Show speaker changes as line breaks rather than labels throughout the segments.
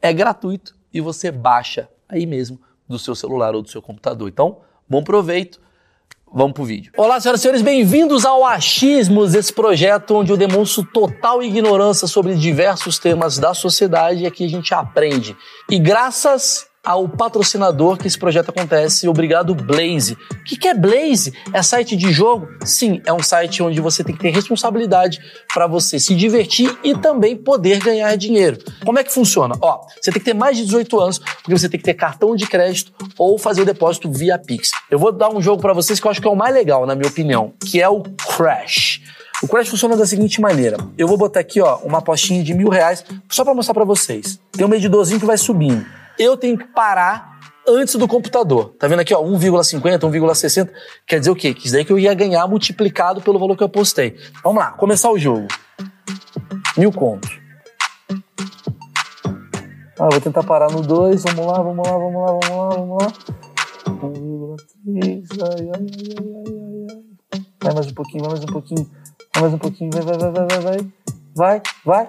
É gratuito e você baixa aí mesmo do seu celular ou do seu computador. Então, bom proveito. Vamos pro vídeo. Olá, senhoras e senhores, bem-vindos ao Achismos, esse projeto onde eu demonstro total ignorância sobre diversos temas da sociedade e aqui a gente aprende. E graças ao patrocinador que esse projeto acontece, obrigado Blaze. O que, que é Blaze? É site de jogo? Sim, é um site onde você tem que ter responsabilidade para você se divertir e também poder ganhar dinheiro. Como é que funciona? Ó, você tem que ter mais de 18 anos, porque você tem que ter cartão de crédito ou fazer o depósito via Pix. Eu vou dar um jogo para vocês que eu acho que é o mais legal, na minha opinião, que é o Crash. O Crash funciona da seguinte maneira. Eu vou botar aqui, ó, uma apostinha de mil reais, só para mostrar para vocês. Tem um medidorzinho que vai subindo. Eu tenho que parar antes do computador. Tá vendo aqui, ó, 1,50, 1,60. Quer dizer o quê? Que isso daí que eu ia ganhar multiplicado pelo valor que eu postei. Vamos lá, começar o jogo. Mil contos. Ah, eu vou tentar parar no 2. Vamos lá, vamos lá, vamos lá, vamos lá, vamos lá. 1,3. Ai, ai, ai, ai, ai, ai. Vai mais um pouquinho, vai mais um pouquinho. Vai mais um pouquinho, vai, vai, vai, vai, vai, vai. Vai, vai.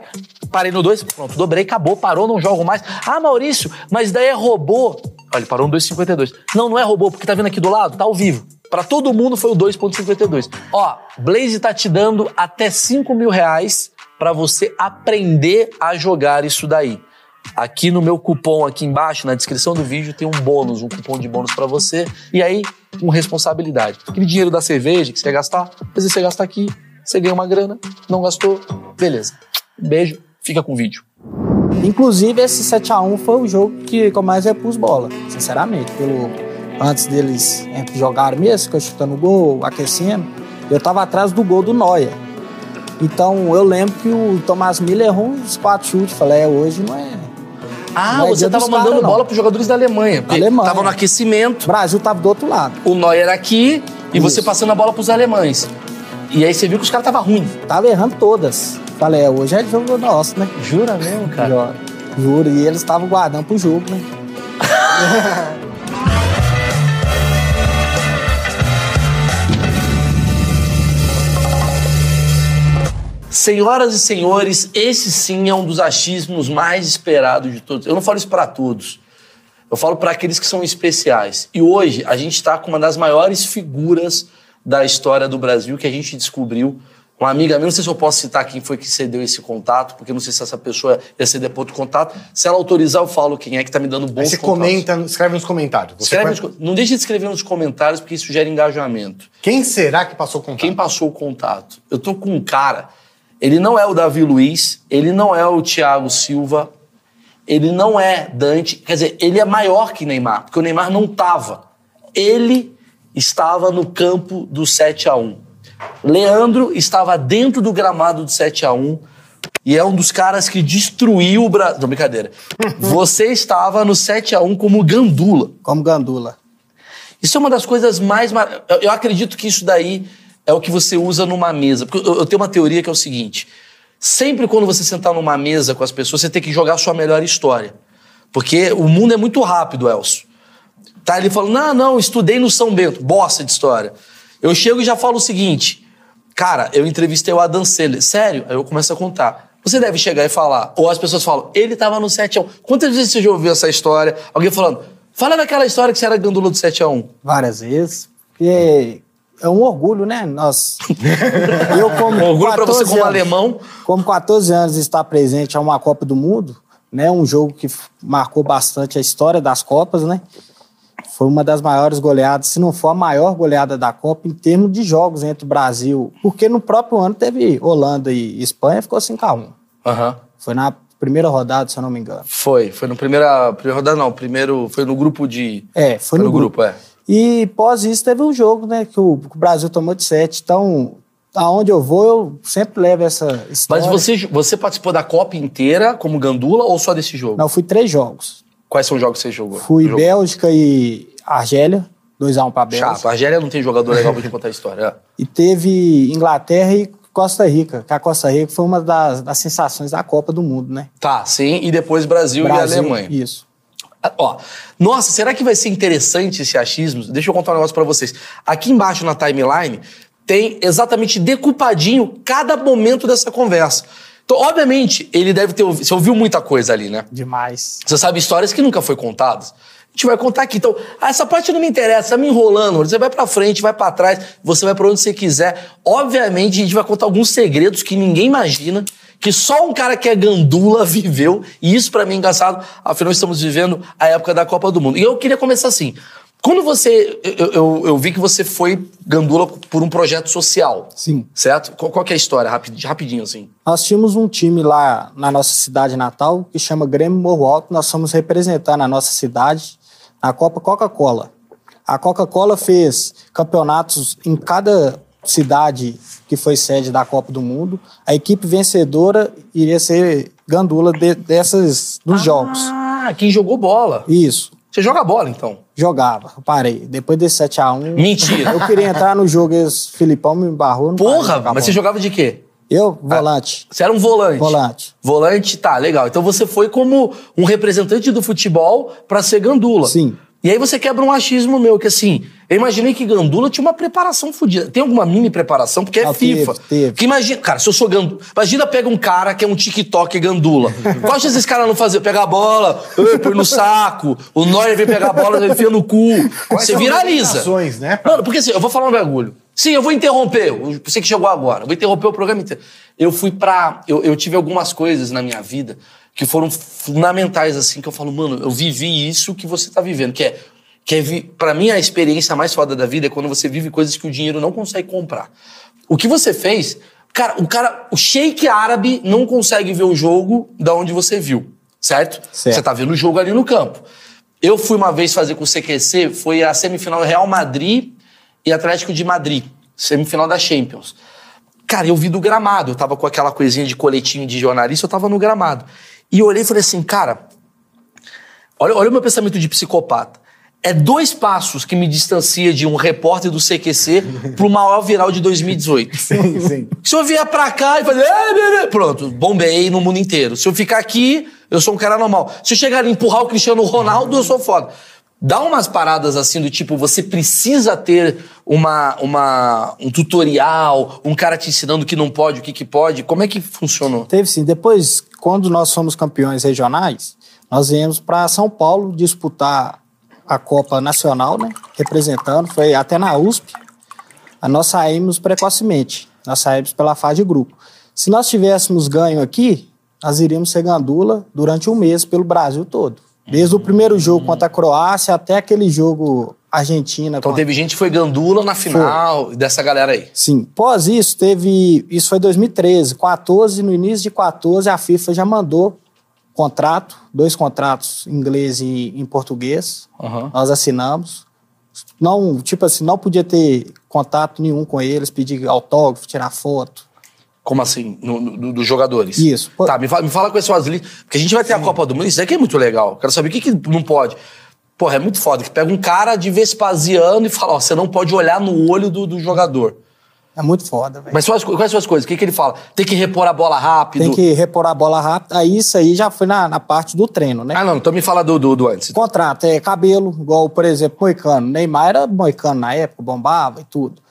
Parei no 2, pronto, dobrei, acabou, parou, não jogo mais. Ah, Maurício, mas daí é robô. Olha, ele parou um no 2,52. Não, não é robô, porque tá vendo aqui do lado, tá ao vivo. Pra todo mundo foi o 2,52. Ó, Blaze tá te dando até 5 mil reais pra você aprender a jogar isso daí. Aqui no meu cupom, aqui embaixo, na descrição do vídeo, tem um bônus, um cupom de bônus para você. E aí, com responsabilidade. Aquele dinheiro da cerveja que você quer gastar, às vezes você gasta aqui, você ganha uma grana, não gastou, beleza. Beijo, fica com o vídeo.
Inclusive, esse 7x1 foi o jogo que, que eu mais repus bola, sinceramente. Pelo, antes deles é, jogarem mesmo, ficou chutando gol, aquecendo, eu tava atrás do gol do Noia. Então, eu lembro que o Tomás Miller errou uns quatro chutes. Falei, é, hoje não é.
Ah,
Mas
você
é dos
tava
caras,
mandando
não.
bola pros jogadores da Alemanha. porque
Alemanha.
Tava no aquecimento,
O Brasil tava do outro lado.
o Neuer aqui e você
Isso.
passando a bola pros alemães. E aí você viu que os caras tava ruim.
Tava errando todas. Falei, é, hoje é jogo nosso, né?
Jura mesmo,
Juro. Juro, e eles estavam guardando pro jogo, né?
Senhoras e senhores, esse sim é um dos achismos mais esperados de todos. Eu não falo isso para todos. Eu falo para aqueles que são especiais. E hoje a gente está com uma das maiores figuras da história do Brasil que a gente descobriu. Uma amiga minha, não sei se eu posso citar quem foi que cedeu esse contato, porque eu não sei se essa pessoa ia ceder para outro contato. Se ela autorizar, eu falo quem é que está me dando
Aí
bons
você
contatos.
comenta, escreve nos comentários. Você
Escreve
conhece-
nos co- Não deixe de escrever nos comentários, porque isso gera engajamento.
Quem será que passou o contato?
Quem passou o contato? Eu tô com um cara. Ele não é o Davi Luiz, ele não é o Thiago Silva, ele não é Dante. Quer dizer, ele é maior que Neymar, porque o Neymar não tava. Ele estava no campo do 7 a 1 Leandro estava dentro do gramado do 7 a 1 e é um dos caras que destruiu o Brasil. Não, brincadeira. Você estava no 7 a 1 como gandula.
Como gandula.
Isso é uma das coisas mais. mar- Eu, eu acredito que isso daí é o que você usa numa mesa. Porque eu, eu tenho uma teoria que é o seguinte: sempre quando você sentar numa mesa com as pessoas, você tem que jogar a sua melhor história. Porque o mundo é muito rápido, Elcio. Tá ali falando, não, não, estudei no São Bento. Bosta de história. Eu chego e já falo o seguinte. Cara, eu entrevistei o Adam Sandler. Sério? Aí eu começo a contar. Você deve chegar e falar. Ou as pessoas falam, ele tava no 7x1. Quantas vezes você já ouviu essa história? Alguém falando, fala daquela história que você era gandula do 7x1.
várias vezes. Porque é um orgulho, né? Nós. Eu como
Um orgulho pra você
14
como
anos-
alemão.
Como 14 anos estar presente a uma Copa do Mundo, né? Um jogo que f- marcou bastante a história das Copas, né? Foi uma das maiores goleadas, se não for a maior goleada da Copa em termos de jogos entre o Brasil. Porque no próprio ano teve Holanda e Espanha, ficou 5x1.
Aham.
Foi na primeira rodada, se eu não me engano.
Foi, foi no primeira, primeira rodada, não. Primeiro, foi no grupo de.
É, foi no grupo.
é.
E pós isso teve um jogo, né, que o, que o Brasil tomou de 7. Então, aonde eu vou, eu sempre levo essa história.
Mas você, você participou da Copa inteira como gandula ou só desse jogo?
Não, fui três jogos.
Quais são os jogos que você jogou?
Fui
Jogou.
Bélgica e Argélia, 2x1 pra Bélgica.
Chato. A Argélia não tem jogador legal pra te contar a história. é.
E teve Inglaterra e Costa Rica, que a Costa Rica foi uma das, das sensações da Copa do Mundo, né?
Tá, sim. E depois Brasil, e Alemanha.
Isso.
Ah, Ó, nossa, será que vai ser interessante esse achismo? Deixa eu contar um negócio pra vocês. Aqui embaixo na timeline tem exatamente decupadinho cada momento dessa conversa. Então, obviamente, ele deve ter ouvido. Você ouviu muita coisa ali, né?
Demais.
Você sabe histórias que nunca foi contadas. A gente vai contar aqui. Então, ah, essa parte não me interessa, tá me enrolando. Você vai pra frente, vai pra trás, você vai pra onde você quiser. Obviamente, a gente vai contar alguns segredos que ninguém imagina, que só um cara que é gandula viveu. E isso pra mim é engraçado, afinal estamos vivendo a época da Copa do Mundo. E eu queria começar assim. Quando você. Eu, eu- eu vi que você foi gandula por um projeto social.
Sim.
Certo? Qual, qual que é a história? Rapid- rapidinho, assim.
Nós tínhamos um time lá na nossa cidade natal, que chama Grêmio Morro Alto. Nós fomos representar na nossa cidade na Copa Coca-Cola. A Coca-Cola fez campeonatos em cada cidade que foi sede da Copa do Mundo. A equipe vencedora iria ser gandula de- dessas, dos jogos.
Ah, quem jogou bola.
Isso.
Você joga bola, então.
Jogava, eu parei. Depois desse 7x1.
Mentira.
Eu queria entrar no jogo, esse Filipão me barrou. não parei de
Porra,
jogar
mas você
bola.
jogava de quê?
Eu, volante.
Você era um volante.
Volante.
Volante, tá, legal. Então você foi como um representante do futebol pra ser gandula.
Sim.
E aí você quebra um achismo meu, que assim, eu imaginei que gandula tinha uma preparação fodida. Tem alguma mini preparação? Porque é
Ah, teve,
FIFA.
teve.
Que imagina, cara, se eu sou gandula. Imagina pega um cara que é um TikTok gandula. Qual a chance desse cara não fazer? Pegar a bola, ê, põe no saco, o Neuer vem pegar a bola, enfia no cu.
Quais
você
são as
viraliza.
limitações, né?
Mano, porque assim, eu vou falar um bagulho. Sim, eu vou interromper. eu- Você que chegou agora. eu Vou interromper o programa inteiro. Eu fui pra. Eu, eu tive algumas coisas na minha vida que foram fundamentais, assim, que eu falo, mano, eu vivi isso que você tá vivendo. Que é. Que é vi- pra mim, a experiência mais foda da vida é quando você vive coisas que o dinheiro não consegue comprar. O que você fez. Cara, o cara. O shake árabe não consegue ver o jogo da onde você viu. Certo?
Certo.
Você tá vendo o jogo ali no campo. Eu fui uma vez fazer com o CQC, foi a semifinal Real Madrid e Atlético de Madrid, semifinal da Champions. Cara, eu vi do gramado, eu tava com aquela coisinha de coletinho de jornalista, eu tava no gramado. E eu olhei e falei assim, cara, olha, olha o meu pensamento de psicopata. É dois passos que me distancia de um repórter do CQC pro maior viral de 2018.
Sim, sim.
Se eu vier pra cá e fazer. "Ah, blá, blá", Pronto, bombei no mundo inteiro. Se eu ficar aqui, eu sou um cara normal. Se eu chegar ali e empurrar o Cristiano Ronaldo, eu sou foda. Dá umas paradas assim do tipo, você precisa ter uma, uma, um tutorial, um cara te ensinando o que não pode, o que, que pode. Como é que funcionou?
Teve sim. Depois, quando nós fomos campeões regionais, nós viemos para São Paulo disputar a Copa Nacional, né? Representando, foi até na USP. Ah, Nós saímos precocemente. Nós saímos pela fase de grupo. Se nós tivéssemos ganho aqui, nós iríamos ser gandula durante um mês pelo Brasil todo. Desde o primeiro jogo contra a Croácia até aquele jogo Argentina
Então
contra
teve gente que foi gandula na final dessa galera aí.
Sim. Pós isso, teve. Isso foi 2013, 14, no início de 14, a FIFA já mandou contrato, dois contratos em inglês e em português.
Aham.
Nós assinamos. Não, tipo assim, não podia ter contato nenhum com eles, pedir autógrafo, tirar foto.
Como assim? No- no- dos jogadores?
Isso. Pô-
Tá, me fala, me fala quais são as listas. Porque a gente vai ter a Copa do Mundo. Isso daqui é muito legal. Quero saber o que, que não pode. Porra, é muito foda. Que pega um cara de Vespasiano e fala: ó, você não pode olhar no olho do, do jogador.
É muito foda, velho.
Mas quais, quais são as coisas? O que, que ele fala? Tem que repor a bola rápido.
Tem que né? repor a bola rápido. Aí isso aí já foi na, na parte do treino, né?
Ah, não, então me fala do, do, do antes.
Contrato é cabelo, igual, por exemplo, Moicano. Neymar era Moicano na época, bombava e tudo.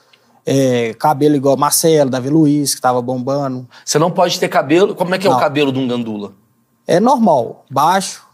É, cabelo igual Marcelo, Davi Luiz, que tava bombando.
Você não pode ter cabelo. Como é que é o
Não.
cabelo de um gandula?
É normal, baixo,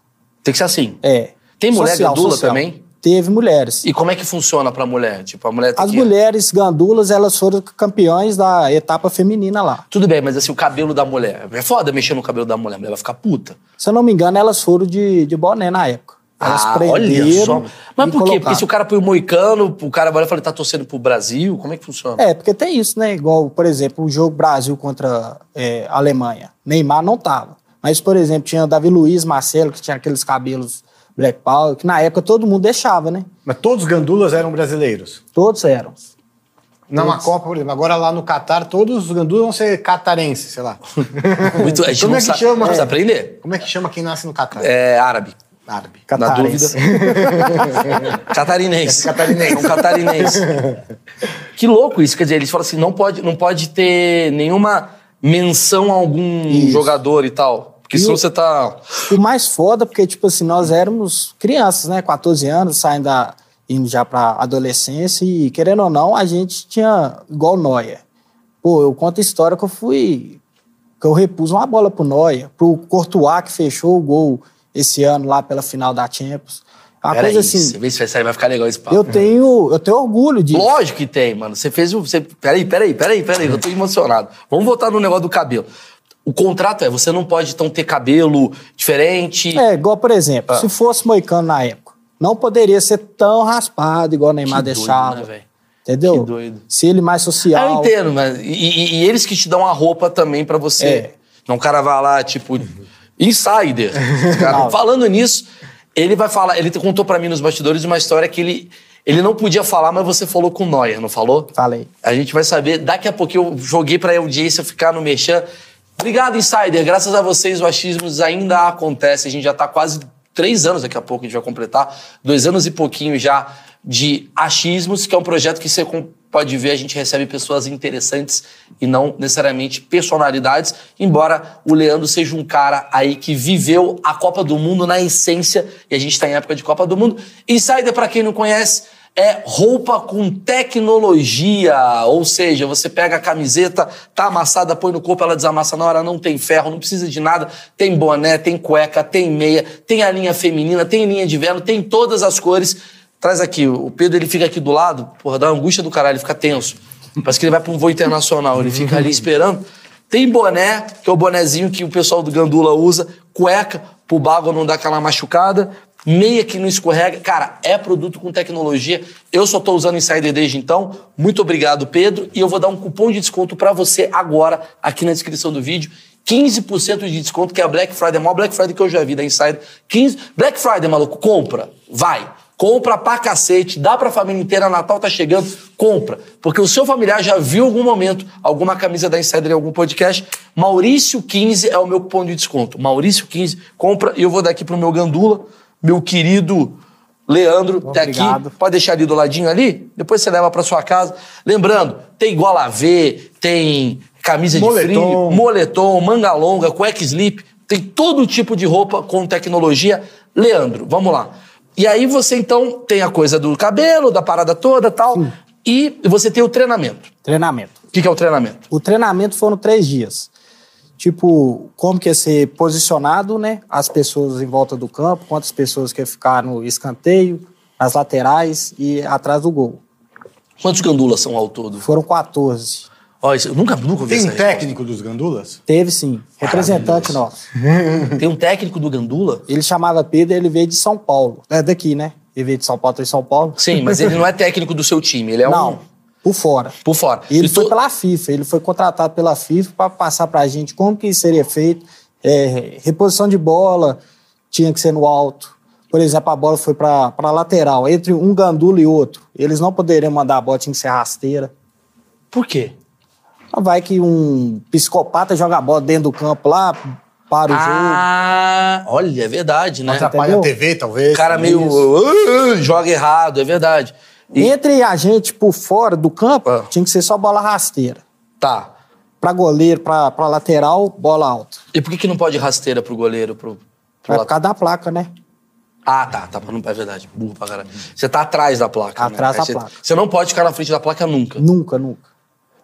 Tem que ser assim.
é.
Tem mulher gandula também?
Teve mulheres.
E como é que funciona pra mulher? Tipo, a mulher tem
As
que.
mulheres gandulas, elas foram campeões da etapa feminina lá.
Tudo bem, mas assim, o cabelo da mulher. É foda mexer no cabelo da mulher. A mulher vai ficar puta.
Se eu não me engano, elas foram de, de boné na época. Elas
Ah, olha só.
prenderam.
Mas
e
por quê? Porque
colocaram.
se o cara põe o moicano, o cara vai lá e fala, tá torcendo pro Brasil, como é que funciona?
É, porque tem isso, né? Igual, por exemplo, o jogo Brasil contra é, Alemanha. Neymar não tava. Mas, por exemplo, tinha o Davi Luiz, Marcelo, que tinha aqueles cabelos Black Power, que na época todo mundo deixava, né?
Mas todos os gandulas eram brasileiros.
Todos eram.
Numa Copa, por exemplo. Agora lá no Catar, todos os gandulas vão ser catarenses, sei lá.
Muito, a gente
Como
não
é que
sabe-
chama?
não precisa aprender.
Como é que chama quem nasce no Catar?
É árabe.
Árabe.
Na dúvida.
Catarense.
Catarinense.
Catarinense.
É um catarinense. que louco isso. Quer dizer, eles falam assim: não pode, não pode ter nenhuma menção a algum jogador e tal. Porque senão você tá.
O mais foda, porque, tipo assim, nós éramos crianças, né? 14 anos, saindo da. indo já pra adolescência, e querendo ou não, a gente tinha igual Noia. Pô, eu conto a história que eu fui. que eu repus uma bola pro Noia, pro Courtois que fechou o gol esse ano lá pela final da Champions. Uma
Peraí,
coisa assim.
você vê se vai sair, vai ficar legal esse papo.
Eu tenho, eu tenho orgulho disso.
Lógico que tem, mano. Você fez o. Você... Peraí, peraí, peraí, peraí. Eu tô
É.
emocionado. Vamos voltar no negócio do cabelo. O contrato é: você não pode então ter cabelo diferente.
É, igual, por exemplo,
Ah.
se fosse moicano na época, não poderia ser tão raspado igual o Neymar
Que doido,
deixava.
né, velho?
entendeu?
Que doido.
Se ele mais social.
Ah, eu entendo, mas. E, e- e eles que te dão a roupa também pra você.
É.
Não, o cara vai lá, tipo, insider. Esse cara-
Uhum.
falando nisso, ele vai falar. Ele te contou pra mim nos bastidores uma história que ele. Ele não podia falar, mas você falou com o Neuer, não falou?
Falei.
A gente vai saber. Daqui a pouco eu joguei pra audiência ficar no Merchan. Obrigado, Insider. Graças a vocês, o achismos ainda acontece. A gente já tá quase três anos daqui a pouco, a gente vai completar. Dois anos e pouquinho já de achismos, que é um projeto que você com- pode ver, a gente recebe pessoas interessantes e não necessariamente personalidades, embora o Leandro seja um cara aí que viveu a Copa do Mundo na essência, e a gente tá em época de Copa do Mundo. Insider, pra quem não conhece, é roupa com tecnologia, ou seja, você pega a camiseta, tá amassada, põe no corpo, ela desamassa na hora, não tem ferro, não precisa de nada, tem boné, tem cueca, tem meia, tem a linha feminina, tem linha de inverno, tem todas as cores. Traz aqui, o Pedro ele fica aqui do lado, porra, dá uma angústia do caralho, ele fica tenso. Parece que ele vai pra um voo internacional, ele fica ali esperando. Tem boné, que é o bonezinho que o pessoal do Gandula usa, cueca, pro bago não dar aquela machucada meia que não escorrega. Cara, é produto com tecnologia. Eu só tô usando Insider desde então. Muito obrigado, Pedro. E eu vou dar um cupom de desconto para você agora, aqui na descrição do vídeo. 15% de desconto, que é a Black Friday, a maior Black Friday que eu já vi da Insider. 15... Black Friday, maluco, compra. Vai. Compra pra cacete, dá pra família inteira, Natal tá chegando, compra. Porque o seu familiar já viu em algum momento alguma camisa da Insider em algum podcast. Maurício15 é o meu cupom de desconto. Maurício15, compra e eu vou dar aqui pro meu gandula meu querido Leandro, tá
Obrigado.
aqui. Pode deixar ali do ladinho ali, depois você leva pra sua casa. Lembrando, tem gola V, tem camisa
Moletom.
de frio, moletom, manga longa, cueca slip, tem todo tipo de roupa com tecnologia. Leandro, vamos lá. E aí você então tem a coisa do cabelo, da parada toda, tal, e você tem o treinamento.
Treinamento.
O que que é o treinamento?
O treinamento foram três dias. Tipo, como que ia ser posicionado, né? As pessoas em volta do campo, quantas pessoas que ia ficar no escanteio, nas laterais e atrás do gol.
Quantos gandulas são ao todo?
Foram 14.
Ó, isso- eu nunca, nunca ouvi
Tem
isso
um técnico dos gandulas?
Teve sim, representante nosso.
Tem um técnico do gandula?
Ele chamava Pedro, ele veio de São Paulo. É daqui, né? Ele veio de São Paulo, tá em São Paulo.
Sim, mas ele não é técnico do seu time, ele é um...
Não, por fora.
Por fora.
E ele
E
foi
to-
pela FIFA, ele foi contratado pela FIFA para passar para a gente como que seria feito. é, reposição de bola tinha que ser no alto. Por exemplo, a bola foi para a lateral, entre um gandula e outro. Eles não poderiam mandar a bola, tinha que ser rasteira.
Por quê?
Não vai que um psicopata joga a bola dentro do campo lá, para o jogo.
Ah, olha, é verdade, né?
Atrapalha a
Entendeu?
TV, talvez.
O cara meio "Ah, joga errado, é verdade. E
Entre a gente por fora do campo,
Ah.
tinha que ser só bola rasteira.
tá.
Para goleiro, para lateral, bola alta.
E por que, que não pode rasteira pro goleiro, pro, pro
É por
lado?
causa da placa, né?
Ah, tá, tá, pra não é verdade, burro pra caralho. Você tá atrás da placa, né?
Atrás
Aí
da
você,
placa.
Você não pode ficar na frente da placa nunca.
Nunca, nunca.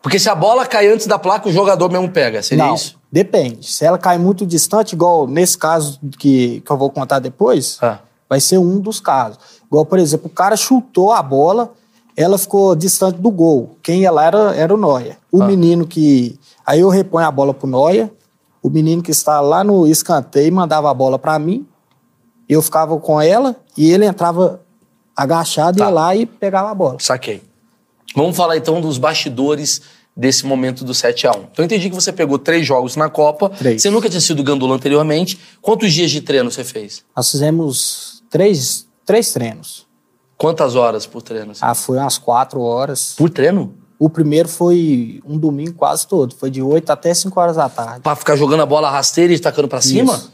Porque se a bola cai antes da placa, o jogador mesmo pega, seria
não,
isso?
depende. Se ela cai muito distante, igual nesse caso que, que eu vou contar depois,
Ah.
vai ser um dos casos. Igual, por exemplo, o cara chutou a bola, ela ficou distante do gol. Quem ia lá era, era o Noia. O
Ah.
menino que... Aí eu reponho a bola pro Noia, o menino que está lá no escanteio mandava a bola para mim, eu ficava com ela e ele entrava agachado,
Tá.
ia lá e pegava a bola.
Saquei. Vamos falar então dos bastidores desse momento do 7 a 1 Então eu entendi que você pegou três jogos na Copa.
Três.
Você nunca tinha sido gandula anteriormente. Quantos dias de treino você fez?
Nós fizemos três, três treinos.
Quantas horas por treino? assim?
Ah, foi umas quatro horas.
Por treino?
O primeiro foi um domingo quase todo. Foi de 8 até 5 horas da tarde.
Pra ficar jogando a bola rasteira e tacando pra cima?
Isso.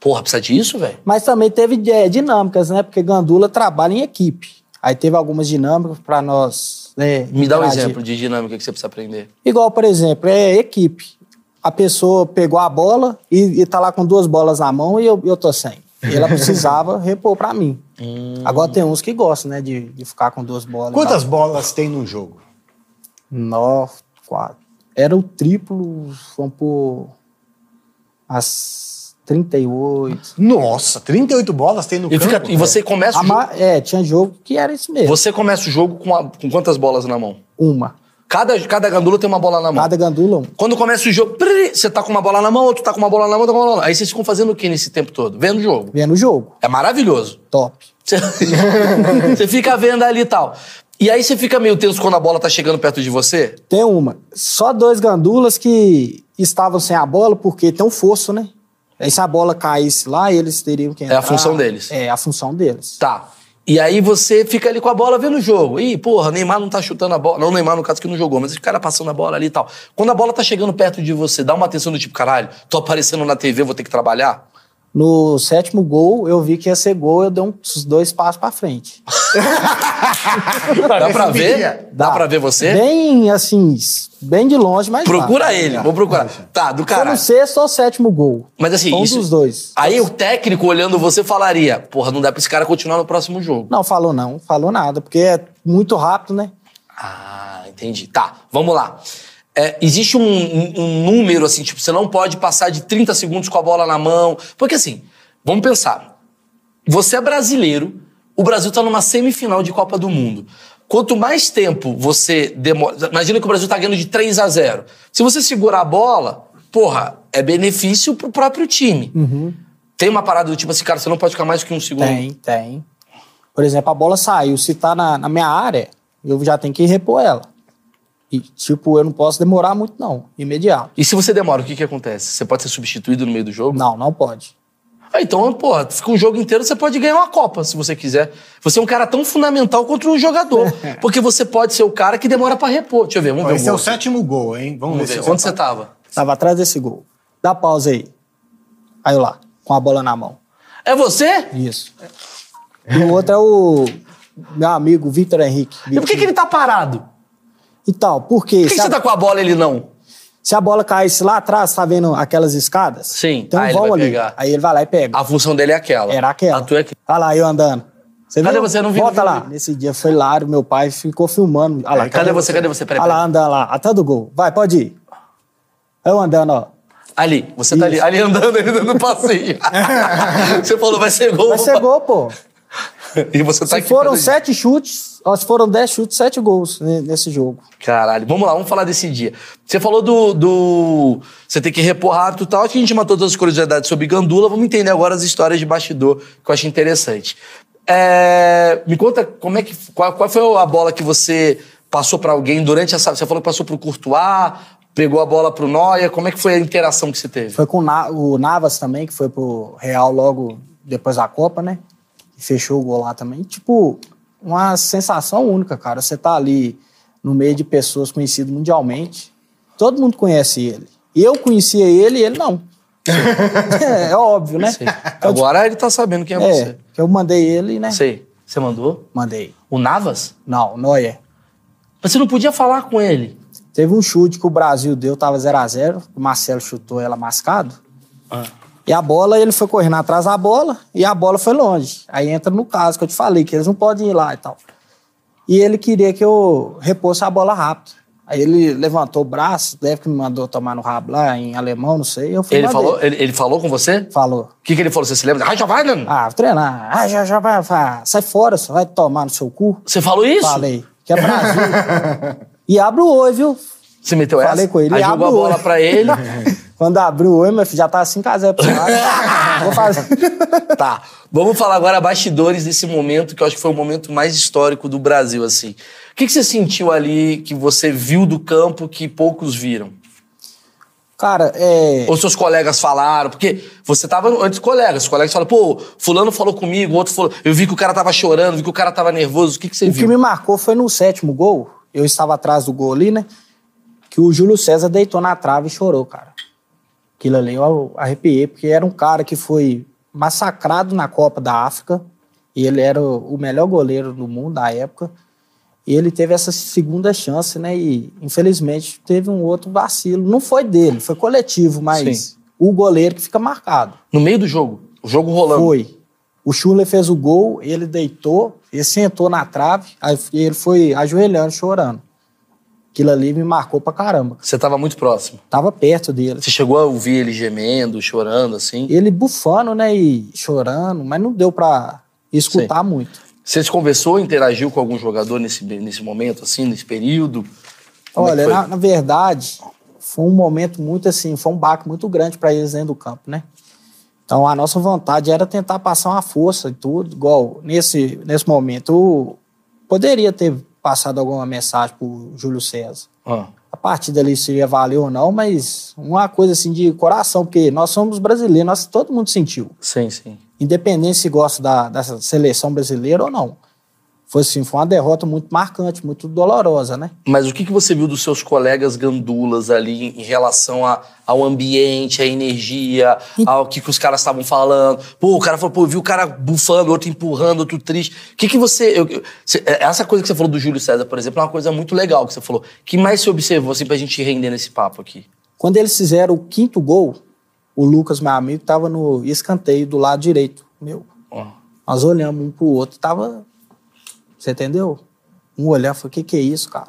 Porra, precisa disso, velho?
Mas também teve é, dinâmicas, né? Porque Gandula trabalha em equipe. Aí teve algumas dinâmicas para nós. né,
Me dá um
interagir.
exemplo de dinâmica que você precisa aprender.
Igual, por exemplo, é equipe. A pessoa pegou a bola e, e tá lá com duas bolas na mão e eu, eu tô sem. Ela precisava repor pra mim.
Hum.
Agora tem uns que gostam, né? De, de ficar com duas bolas.
Quantas bolas tem num jogo?
Nove, quatro. Era o triplo, vamos por. As 38.
Nossa, 38 bolas tem no
E,
campo.
fica- e
velho.
você começa
A
o jogo,
ma- É, tinha jogo que era isso mesmo.
você começa o jogo com, a- com quantas bolas na mão?
Uma.
Cada, cada gandula tem uma bola na mão.
Cada gandula, um.
Quando começa o jogo, prrr, você tá com uma bola na mão, outro tá com uma bola na mão, tá com uma bola na mão. Aí vocês ficam fazendo o que nesse tempo todo? Vendo o jogo.
Vendo o jogo.
É maravilhoso.
Top.
Você, você fica vendo ali e tal. E aí você fica meio tenso quando a bola tá chegando perto de você?
Tem uma. Só dois gandulas que estavam sem a bola, porque tem um fosso, né? Aí se a bola caísse lá, eles teriam que
a
entrar.
função deles.
É, a função deles.
Tá. E aí você fica ali com a bola vendo o jogo. Ih, porra, Neymar não tá chutando a bola. Não, Neymar no caso que não jogou, mas esse cara passando a bola ali e tal. Quando a bola tá chegando perto de você, dá uma atenção do tipo, caralho, tô aparecendo na TV, vou ter que trabalhar?
No sétimo gol, eu vi que ia ser gol, eu dei uns dois passos pra frente.
Dá
Parece
pra
um
ver?
dia.
Dá, pra ver você?
Bem, né? assim, bem de longe, mas.
Procura
dá.
ele, vou procurar. Tá, do
Foi no
caralho.
sexto ou é sétimo gol.
Mas assim,
Foi um
isso-
dos dois.
Aí o técnico olhando você falaria, porra, não dá pra esse cara continuar no próximo jogo.
Não, falou não, falou nada, porque é muito rápido, né?
Ah, entendi. Tá, vamos lá. É, existe um, um- um número, assim, tipo, você não pode passar de 30 segundos com a bola na mão. Porque assim, vamos pensar. Você é brasileiro, o Brasil tá numa semifinal de Copa do Mundo. Quanto mais tempo você demora. Imagina que o Brasil tá ganhando de 3 a 0. Se você segurar a bola, porra, é benefício pro próprio time. Tem uma parada do tipo assim, cara, você não pode ficar mais que um segundo.
Tem, tem. Por exemplo, a bola saiu. Se tá na, na minha área, eu já tenho que repor ela. E, tipo, eu não posso demorar muito, não. Imediato.
E se você demora, o que que acontece? Você pode ser substituído no meio do jogo?
Não, não pode.
Ah, então, porra, fica um jogo inteiro, você pode ganhar uma Copa, se você quiser. Você é um cara tão fundamental contra um jogador. porque você pode ser o cara que demora pra repor. Deixa eu ver, vamos
Ó,
ver
Esse é
o
o
gol.
sétimo gol, hein? Vamos,
Vamos
ver,
ver.
se
Onde você tá? tava?
Tava atrás desse gol. Dá pausa aí. Aí eu lá, com a bola na mão.
É você?
Isso. E o outro é o meu amigo Vitor Henrique.
E por que, que ele tá parado?
Então, porque
Por que, que
se, a,
você tá com a bola e ele não?
se a bola caísse lá atrás, tá vendo aquelas escadas?
Sim.
Então
Ah, ele
vão
vai
ali.
pegar.
Aí ele vai lá e pega.
A função dele é aquela.
Era aquela.
A tua é aqui.
Olha lá, eu andando. Você
Cadê
viu?
você? Eu não vi,
Volta
não vi,
lá.
não vi.
Nesse dia foi hilário, meu pai ficou filmando. Olha lá,
Cadê você? Cadê você? Peraí,
Olha lá,
peraí.
andando lá. Até do gol. Vai, pode ir. Eu andando, ó.
Ali, você tá ali, ali andando, ele dando passeio. você falou, vai ser gol.
Vai
vou
ser
pa-
gol, pô.
E você tá
Se
aqui.
foram
fazendo-
sete chutes, ó, se foram dez chutes, sete gols ne- nesse jogo.
Caralho, vamos lá, vamos falar desse dia. Você falou do. do- você tem que repor rápido e tal, acho que a gente matou todas as curiosidades sobre Gandula, vamos entender agora as histórias de bastidor, que eu acho interessante. É, me conta como é que. Qual, qual foi a bola que você passou pra alguém durante essa. Você falou que passou pro Courtois, pegou a bola pro Noia, como é que foi a interação que você teve?
Foi com o Na- o Navas também, que foi pro Real logo depois da Copa, né? E fechou o gol lá também. Tipo, uma sensação única, cara. Você tá ali no meio de pessoas conhecidas mundialmente. Todo mundo conhece ele. Eu conhecia ele e ele não. é, é óbvio, né? Então, tipo,
Agora ele tá sabendo quem é,
é,
você.
que eu mandei ele, né?
Sei. Você mandou?
Mandei.
O Navas?
Não, é. Noia.
Mas você não podia falar com ele.
Teve um chute que o Brasil deu, tava 0x0. O Marcelo chutou ela mascado.
Ah.
E a bola, ele foi correndo atrás da bola e a bola foi longe. Aí entra no caso que eu te falei, que eles não podem ir lá e tal. E ele queria que eu repousse a bola rápido. Aí ele levantou o braço, deve que me mandou tomar no rabo lá em alemão, não sei. Eu fui
Ele
mandei.
falou, ele, ele falou com você?
Falou.
O que, que ele falou? Você se lembra? Ah, já vai, Nando.
Ah, vou treinar. Ah, já, já vai, vai. Sai fora, você vai tomar no seu cu.
Você falou isso?
Falei. Que é Brasil. e abre o olho, viu?
Você meteu essa?
Falei com ele,
assim. Aí
ele
jogou a
abre o
bola
olho.
pra ele.
Quando abriu o olho, meu filho, já tava 5x0 pro lado. Vou fazer.
Tá. Vamos falar agora bastidores desse momento, que eu acho que foi o momento mais histórico do Brasil, assim. O que, que você sentiu ali que você viu do campo que poucos viram?
Cara, é.
Ou seus colegas falaram, porque você tava antes dos colegas, os colegas falam, pô, fulano falou comigo, outro falou. Eu vi que o cara tava chorando, vi que o cara tava nervoso. O que, que você
O que
viu?
me marcou foi no sétimo gol. Eu estava atrás do gol ali, né? Que o Júlio César deitou na trave e chorou, cara. Aquilo ali eu arrepiei, porque era um cara que foi massacrado na Copa da África. E ele era o o melhor goleiro do mundo da época. E ele teve essa segunda chance, né? E infelizmente teve um outro vacilo. Não foi dele, foi coletivo, mas o goleiro que fica marcado.
No meio do jogo. O jogo rolando.
Foi. O Schuller fez o gol, ele deitou, ele sentou na trave, aí ele foi ajoelhando, chorando. Aquilo ali me marcou pra caramba.
Você tava muito próximo.
Tava perto dele.
Você chegou a ouvir ele gemendo, chorando, assim.
Ele bufando, né, e chorando, mas não deu pra escutar muito.
Você se conversou, interagiu com algum jogador nesse, nesse momento, assim, nesse período? Como é que
Olha,
foi?
na, na verdade, foi um momento muito assim, foi um baque muito grande pra eles dentro do campo, né? Então a nossa vontade era tentar passar uma força e tudo, igual nesse, nesse momento eu poderia ter passado alguma mensagem pro Júlio César.
Ah.
a partida ali se ia valer ou não, mas uma coisa assim de coração, porque nós somos brasileiros, nós, todo mundo sentiu.
Sim, sim.
Independente se gosta da, dessa seleção brasileira ou não. Foi assim, foi uma derrota muito marcante, muito dolorosa, né?
Mas o que, que você viu dos seus colegas gandulas ali em relação a- ao ambiente, à energia, ao que, que os caras estavam falando? Pô, o cara falou, pô, eu vi o cara bufando, outro empurrando, outro triste. O que, que você. eu- eu- cê- é, essa coisa que você falou do Júlio César, por exemplo, é uma coisa muito legal que você falou. que mais você observou, assim, pra gente render nesse papo aqui?
Quando eles fizeram o quinto gol, o Lucas, meu amigo, estava no escanteio do lado direito, meu.
Ó.
Nós olhamos um pro outro, tava. Você entendeu? Um olhar falou: o que, que é isso, cara?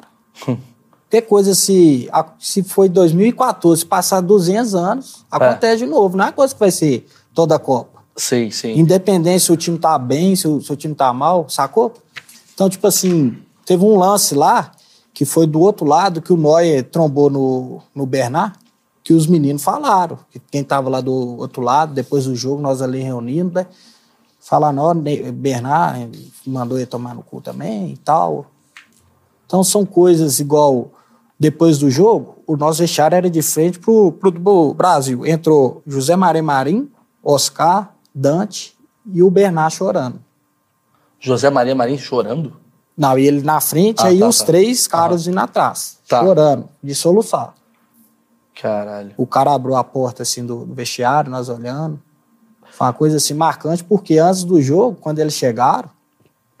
Ter coisa se, a- se foi 2014, passar 200 anos, acontece de novo. Não é uma coisa que vai ser toda a Copa.
Sei, sim.
Independente se o time tá bem, se o, se o time tá mal, sacou? Então, tipo assim, teve um lance lá que foi do outro lado que o Neuer trombou no, no Bernard, que os meninos falaram. que Quem tava lá do outro lado, depois do jogo, nós ali reunindo, né? Falar, não, ne- Bernard mandou ele tomar no cu também e tal. Então são coisas igual depois do jogo, o nosso vestiário era de frente pro, pro do Brasil. Entrou José Maria Marim, Oscar, Dante e o Bernard chorando.
José Maria Marim chorando?
Não, e ele na frente,
Ah,
aí
tá,
os
tá.
três caras indo atrás,
Tá.
chorando, de soluçar.
Caralho.
O cara abriu a porta assim do, do vestiário, nós olhando. Foi uma coisa assim marcante, porque antes do jogo, quando eles chegaram,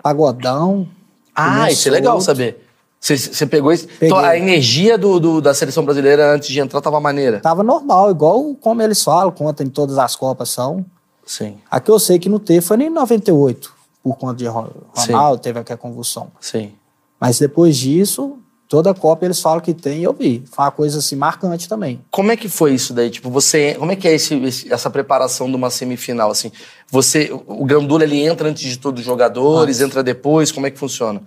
pagodão.
Ah,
Começou
isso é legal
outro.
saber. Você- Você pegou isso. Então,
Peguei.
a energia do- do- da seleção brasileira antes de entrar tava maneira.
Tava normal, igual como eles falam, conta em todas as Copas são.
Sim,
A que eu sei que não teve foi nem em 98, por conta de Ro-
Sim.
Ronaldo, teve aquela convulsão.
sim.
Mas depois disso, toda a Copa eles falam que tem e eu vi. Foi uma coisa assim marcante também.
Como é que foi isso daí? Tipo, você, como é que é esse- esse- essa preparação de uma semifinal assim? Você, o Gandula ele entra antes de todos os jogadores, entra depois, como é que funciona?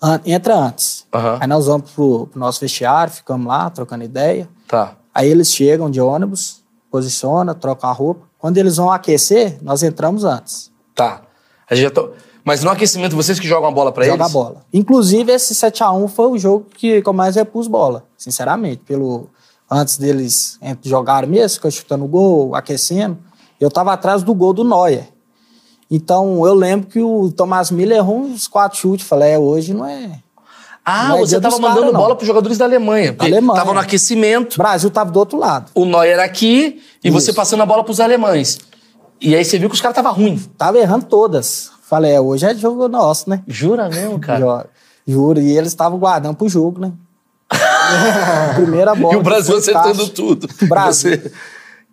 An- entra antes.
Aham.
Aí nós vamos pro, pro nosso vestiário, ficamos lá trocando ideia.
Tá.
Aí eles chegam de ônibus, posiciona, troca a roupa. Quando eles vão aquecer, nós entramos antes.
Tá. A gente já tá- Mas no aquecimento vocês que jogam a bola pra
joga
eles?
a bola. Inclusive, esse 7x1 foi o jogo que, que eu mais repus bola, sinceramente. Pelo, antes deles é, jogarem mesmo, ficou chutando o gol, aquecendo. Eu tava atrás do gol do Neuer. Então, eu lembro que o Tomás Miller errou uns quatro chutes. Falei, é, hoje não é.
Ah,
Não é
você
dia
tava
dos caras,
mandando
não.
bola pros jogadores da Alemanha. porque
Alemanha.
Tava no
O
aquecimento,
Brasil tava do outro lado.
o Neuer aqui e você
Isso.
passando a bola pros alemães. E aí você viu que os caras tava ruim.
Tava errando todas. Falei, é, hoje é jogo nosso, né?
Jura mesmo, cara?
Jo- Juro, e eles estavam guardando pro jogo, né? Primeira bola. tá
E o Brasil
foi
acertando
caixa.
tudo.
Brasil.
Você-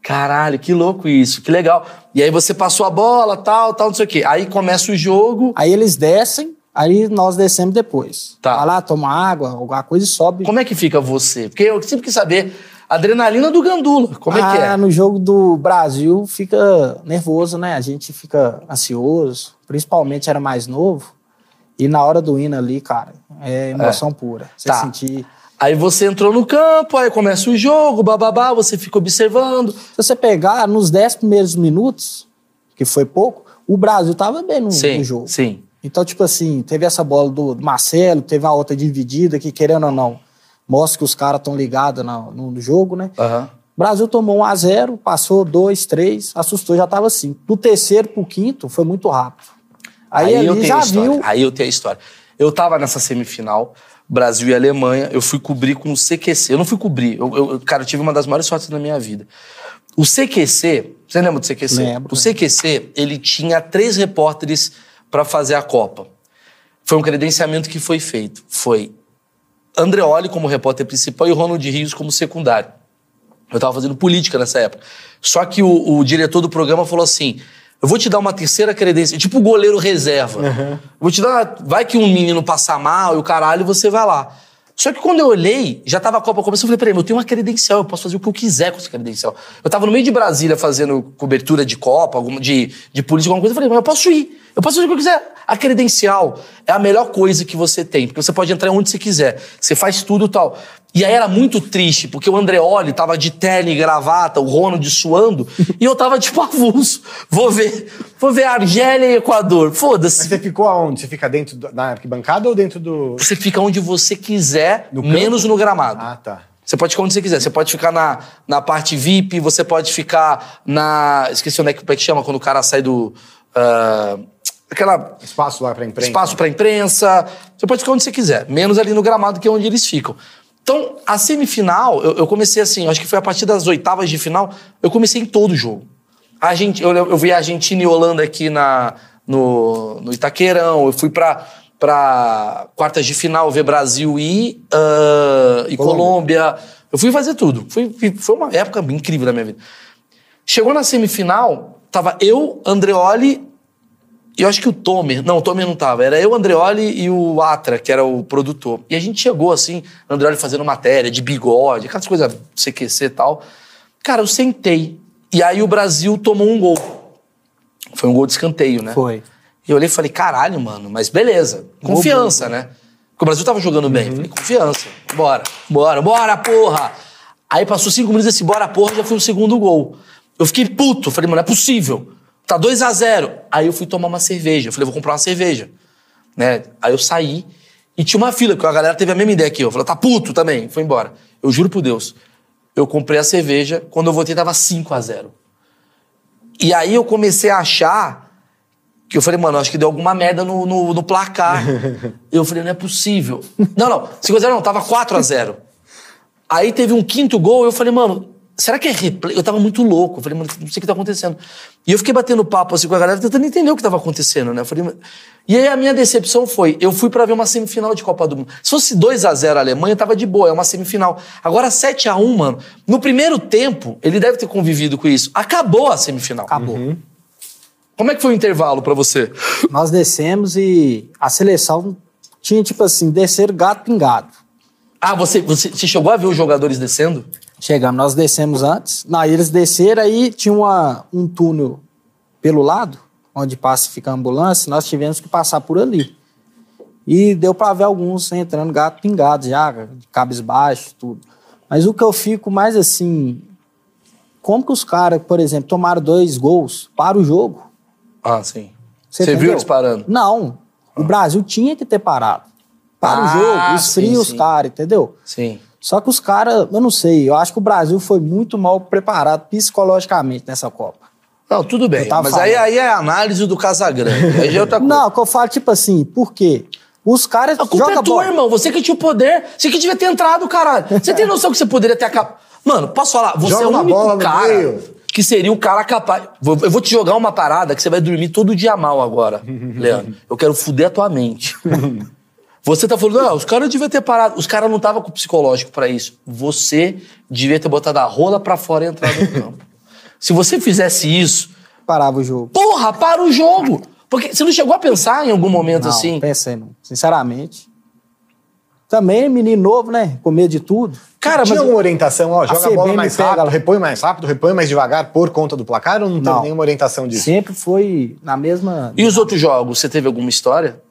Caralho, que louco isso, que legal. E aí você passou a bola, tal, tal, não sei o quê. Aí começa o jogo.
Aí eles descem, aí nós descemos depois.
Tá.
Vai lá, toma água, alguma coisa e sobe.
Como é que fica você? Porque eu sempre quis saber, a adrenalina do gandula, como é que
Ah,
é?
no jogo do Brasil fica nervoso, né? A gente fica ansioso, principalmente era mais novo. E na hora do hino ali, cara, é emoção pura. Você
Tá.
sentir.
Aí você entrou no campo, aí começa o jogo, bababá, você fica observando.
Se você pegar nos 10 primeiros minutos, que foi pouco, o Brasil tava bem no,
Sim,
no Hum, jogo.
sim.
Então, tipo assim, teve essa bola do Marcelo, teve a outra dividida, que querendo ou não, mostra que os caras estão ligados na- no, no jogo, né?
Aham.
O Brasil tomou 1 a 0 passou 2, 3, assustou, já tava assim. Do terceiro pro quinto, foi muito rápido. Aí,
eu
ali
tenho
já
a história. né?
viu.
Aí eu tenho a história. Eu tava nessa semifinal, Brasil e Alemanha, eu fui cobrir com o CQC. Eu não fui cobrir, eu, eu- eu- cara, eu tive uma das maiores sortes da minha vida. O CQC, você lembra do CQC?
Lembro.
O CQC, ele tinha três repórteres pra fazer a Copa. Foi um credenciamento que foi feito. Foi Andreoli como repórter principal e Ronald Rios como secundário. Eu tava fazendo política nessa época. Só que o, o diretor do programa falou assim: eu vou te dar uma terceira credência, tipo o goleiro reserva. Vou te dar. Vai que um menino passar mal e o caralho, você vai lá. Só que quando eu olhei, já tava a Copa começando, eu falei, peraí, eu tenho uma credencial, eu posso fazer o que eu quiser com essa credencial. Eu tava no meio de Brasília fazendo cobertura de Copa, alguma, de, de política, alguma coisa, eu falei, mas eu posso ir, eu posso fazer o que eu quiser. A credencial é a melhor coisa que você tem, porque você pode entrar onde você quiser, você faz tudo e tal. E aí era muito triste, porque o Andreoli tava de terno e gravata, o Ronald suando, e eu tava tipo avulso. Vou ver, vou ver Argélia e Equador.
Mas
Foda-se.
você ficou aonde? Você fica dentro da na arquibancada ou dentro do.
Você fica onde você quiser,
No campo?
menos no gramado.
Ah, tá.
Você pode ficar onde você quiser. Você pode ficar na, na parte VIP, você pode ficar na. Esqueci onde é que, como é que chama quando o cara sai do. ah, aquela.
Espaço lá pra imprensa.
Espaço pra imprensa. Você pode ficar onde você quiser, menos ali no gramado, que é onde eles ficam. Então, a semifinal, eu, eu comecei assim, acho que foi a partir das oitavas de final, eu comecei em todo jogo. A gente, eu, eu vi a Argentina e Holanda aqui na, no, no Itaquerão, eu fui pra, pra quartas de final ver Brasil e, ah, e Colômbia. Eu fui fazer tudo. Fui- fui- foi uma época incrível da minha vida. Chegou na semifinal, tava eu, Andreoli, e eu acho que o Tomer. Não, o Tomer não tava. Era eu, Andreoli e o Atra, que era o produtor. E a gente chegou assim, Andreoli fazendo matéria de bigode, aquelas coisas CQC e tal. Cara, eu sentei. E aí o Brasil tomou um gol. Foi um gol de escanteio, né?
Foi.
E eu olhei e falei, caralho, mano, mas beleza. Confiança, né? Porque o Brasil tava jogando bem. Falei, confiança. Bora, bora, bora, porra! Aí passou cinco minutos esse bora, porra, já foi o segundo gol. Eu fiquei puto. Falei, mano, não é possível. Tá 2 a 0 Aí eu fui tomar uma cerveja. Eu falei, vou comprar uma cerveja. Né? Aí eu saí e tinha uma fila, que a galera teve a mesma ideia que eu. Falei, tá puto também. Foi embora. Eu juro por Deus. Eu comprei a cerveja. Quando eu voltei, tava 5 a 0 e aí eu comecei a achar que eu falei, mano, acho que deu alguma merda no, no, no placar. eu falei, não é possível. Não, não, 5x0 não, tava 4x0. Aí teve um quinto gol, eu falei, mano, será que é replay? Eu tava muito louco. Eu falei, mano, não sei o que tá acontecendo. E eu fiquei batendo papo assim com a galera, tentando entender o que tava acontecendo, né? Eu falei, mano- e aí a minha decepção foi, eu fui pra ver uma semifinal de Copa do Mundo. Se fosse 2x0 a, Alemanha, tava de boa, é uma semifinal. Agora 7x1, mano, no primeiro tempo, ele deve ter convivido com isso. Acabou a semifinal.
Acabou.
Como é que foi o intervalo pra você?
Nós descemos e a seleção tinha, tipo assim, descer gato pingado.
Ah, você, você, você chegou a ver os jogadores descendo?
Chegamos, nós descemos antes. Não, eles desceram aí, tinha uma, um túnel pelo lado, onde passa fica a ambulância, nós tivemos que passar por ali. E deu pra ver alguns entrando gato pingado já, de cabisbaixo, tudo. Mas o que eu fico mais assim, como que os caras, por exemplo, tomaram dois gols para o jogo?
Ah, sim.
Você
Você, viu
entendeu?
eles parando?
Não, o Brasil tinha que ter parado. Para o
Ah,
jogo,
sim,
esfria os
sim.
caras, entendeu?
Sim.
Só que os caras, eu não sei, eu acho que o Brasil foi muito mal preparado psicologicamente nessa Copa.
Não, tudo bem.
Eu tava
Mas aí,
falando.
aí é a análise do Casagrande. Aí já é outra coisa.
Não, que eu falo tipo assim, por quê? Os caras
A culpa
jogam
é tua,
bola.
irmão. Você que tinha o poder. Você que devia ter entrado, caralho. Você tem noção que você poderia ter acabado. Mano, posso falar? Você
Joga
é o
uma
único
bola no
cara
meio.
que seria o cara capaz. Vou- Eu vou te jogar uma parada que você vai dormir todo dia mal agora, Leandro. Eu quero fuder a tua mente. Você tá falando, ah, os caras deviam ter parado. Os caras não estavam com o psicológico pra isso. Você devia ter botado a rola pra fora e entrado no campo. Se você fizesse isso,
Parava o jogo.
porra, para o jogo. Porque você não chegou a pensar em algum momento
Não,
assim.
pensei não, sinceramente. Também menino novo, né? Com medo de tudo.
Cara, mas
Tinha
eu-
uma orientação, ó, joga a
CBN
bola mais
pega
rápido,
lá.
repõe mais rápido, repõe mais devagar por conta do placar ou não, teve
Não.
nenhuma orientação disso?
Sempre foi na mesma.
E os outros jogos, você teve alguma história?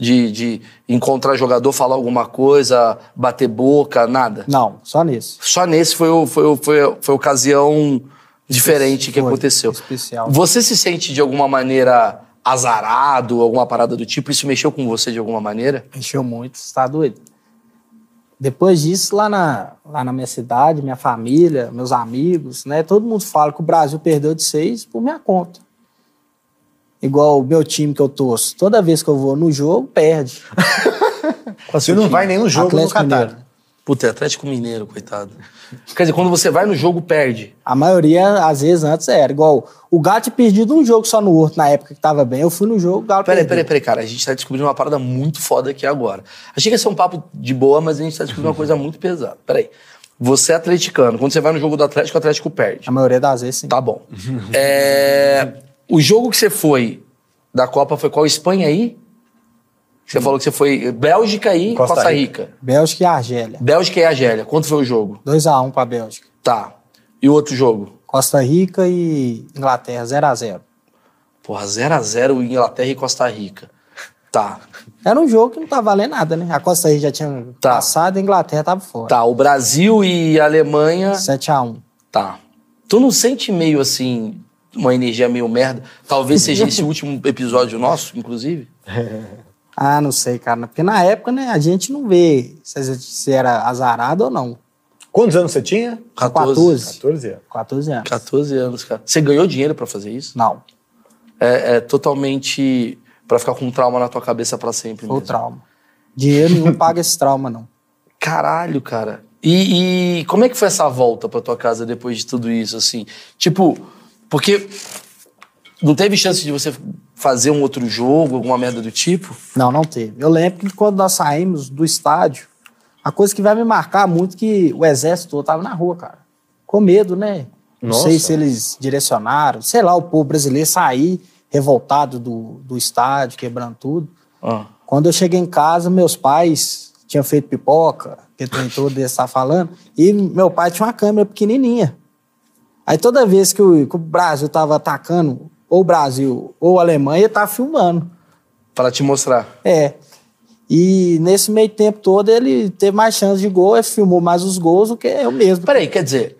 de, de encontrar jogador, falar alguma coisa, bater boca, nada.
Não, só nesse.
Só nesse foi, o- foi, o- foi, a- foi a ocasião diferente que
Foi,
aconteceu.
Especial.
Você se sente de alguma maneira azarado, alguma parada do tipo? Isso mexeu com você de alguma maneira?
Encheu muito, você tá doido. Depois disso, lá na, lá na minha cidade, minha família, meus amigos, né? Todo mundo fala que o Brasil perdeu de seis por minha conta. Igual o meu time que eu torço. Toda vez que eu vou no jogo, perde.
Você não vai em nenhum um jogo
Atlético
no Catar. né?
Mineiro.
Puta, é Atlético Mineiro, coitado. Quer dizer, quando você vai no jogo, perde.
A maioria, às vezes, antes era. Igual o Galo tinha perdido um jogo só no Horto na época que tava bem. Eu fui no jogo, o Galo
Peraí, peraí,
perdeu.
peraí, cara. A gente tá descobrindo uma parada muito foda aqui agora. Achei que ia ser um papo de boa, mas a gente tá descobrindo uma coisa muito pesada. Peraí. Você é atleticano. Quando você vai no jogo do Atlético, o Atlético perde.
A maioria das vezes, sim.
Tá bom. É, o jogo que você foi da Copa foi qual? Espanha aí? Você falou que você foi Bélgica e
Costa
Costa, Rica.
Bélgica e Argélia.
Bélgica e Argélia. Quanto foi o jogo?
2x1 pra Bélgica.
Tá. E o outro jogo?
Costa Rica e Inglaterra, 0x0.
Porra, 0x0 Inglaterra e Costa Rica. Tá.
Era um jogo que não tava valendo nada, né? A Costa Rica já tinha
Tá.
passado, a Inglaterra tava fora.
Tá. O Brasil e a Alemanha.
7x1.
Tá. Tu não sente meio assim, uma energia meio merda? Talvez seja esse último episódio nosso, inclusive?
Ah, não sei, cara. Porque na época, né, a gente não vê se, a gente- se era azarado ou não.
Quantos anos você tinha?
14.
14 anos.
14 anos.
14 anos, cara. Você ganhou dinheiro pra fazer isso?
Não,
É, é totalmente pra ficar com um trauma na tua cabeça pra sempre
foi o
mesmo.
trauma. Dinheiro nenhum paga esse trauma, não.
Caralho, cara. E, e como é que foi essa volta pra tua casa depois de tudo isso, assim? Tipo, porque não teve chance de você fazer um outro jogo, alguma merda do tipo?
Não, não teve. Eu lembro que quando nós saímos do estádio, a coisa que vai me marcar muito é que o exército todo tava na rua, cara. Com medo, né? Não
Nossa.
sei se eles direcionaram, sei lá, o povo brasileiro sair revoltado do, do estádio, quebrando tudo.
Ah.
Quando eu cheguei em casa, meus pais tinham feito pipoca, que tem todo esse tá falando, e meu pai tinha uma câmera pequenininha. Aí toda vez que o, que o Brasil tava atacando, ou o Brasil ou a Alemanha, ele tava filmando.
Pra te mostrar.
É. E nesse meio tempo todo ele teve mais chance de gol, ele filmou mais os gols do que eu mesmo.
Peraí, quer dizer.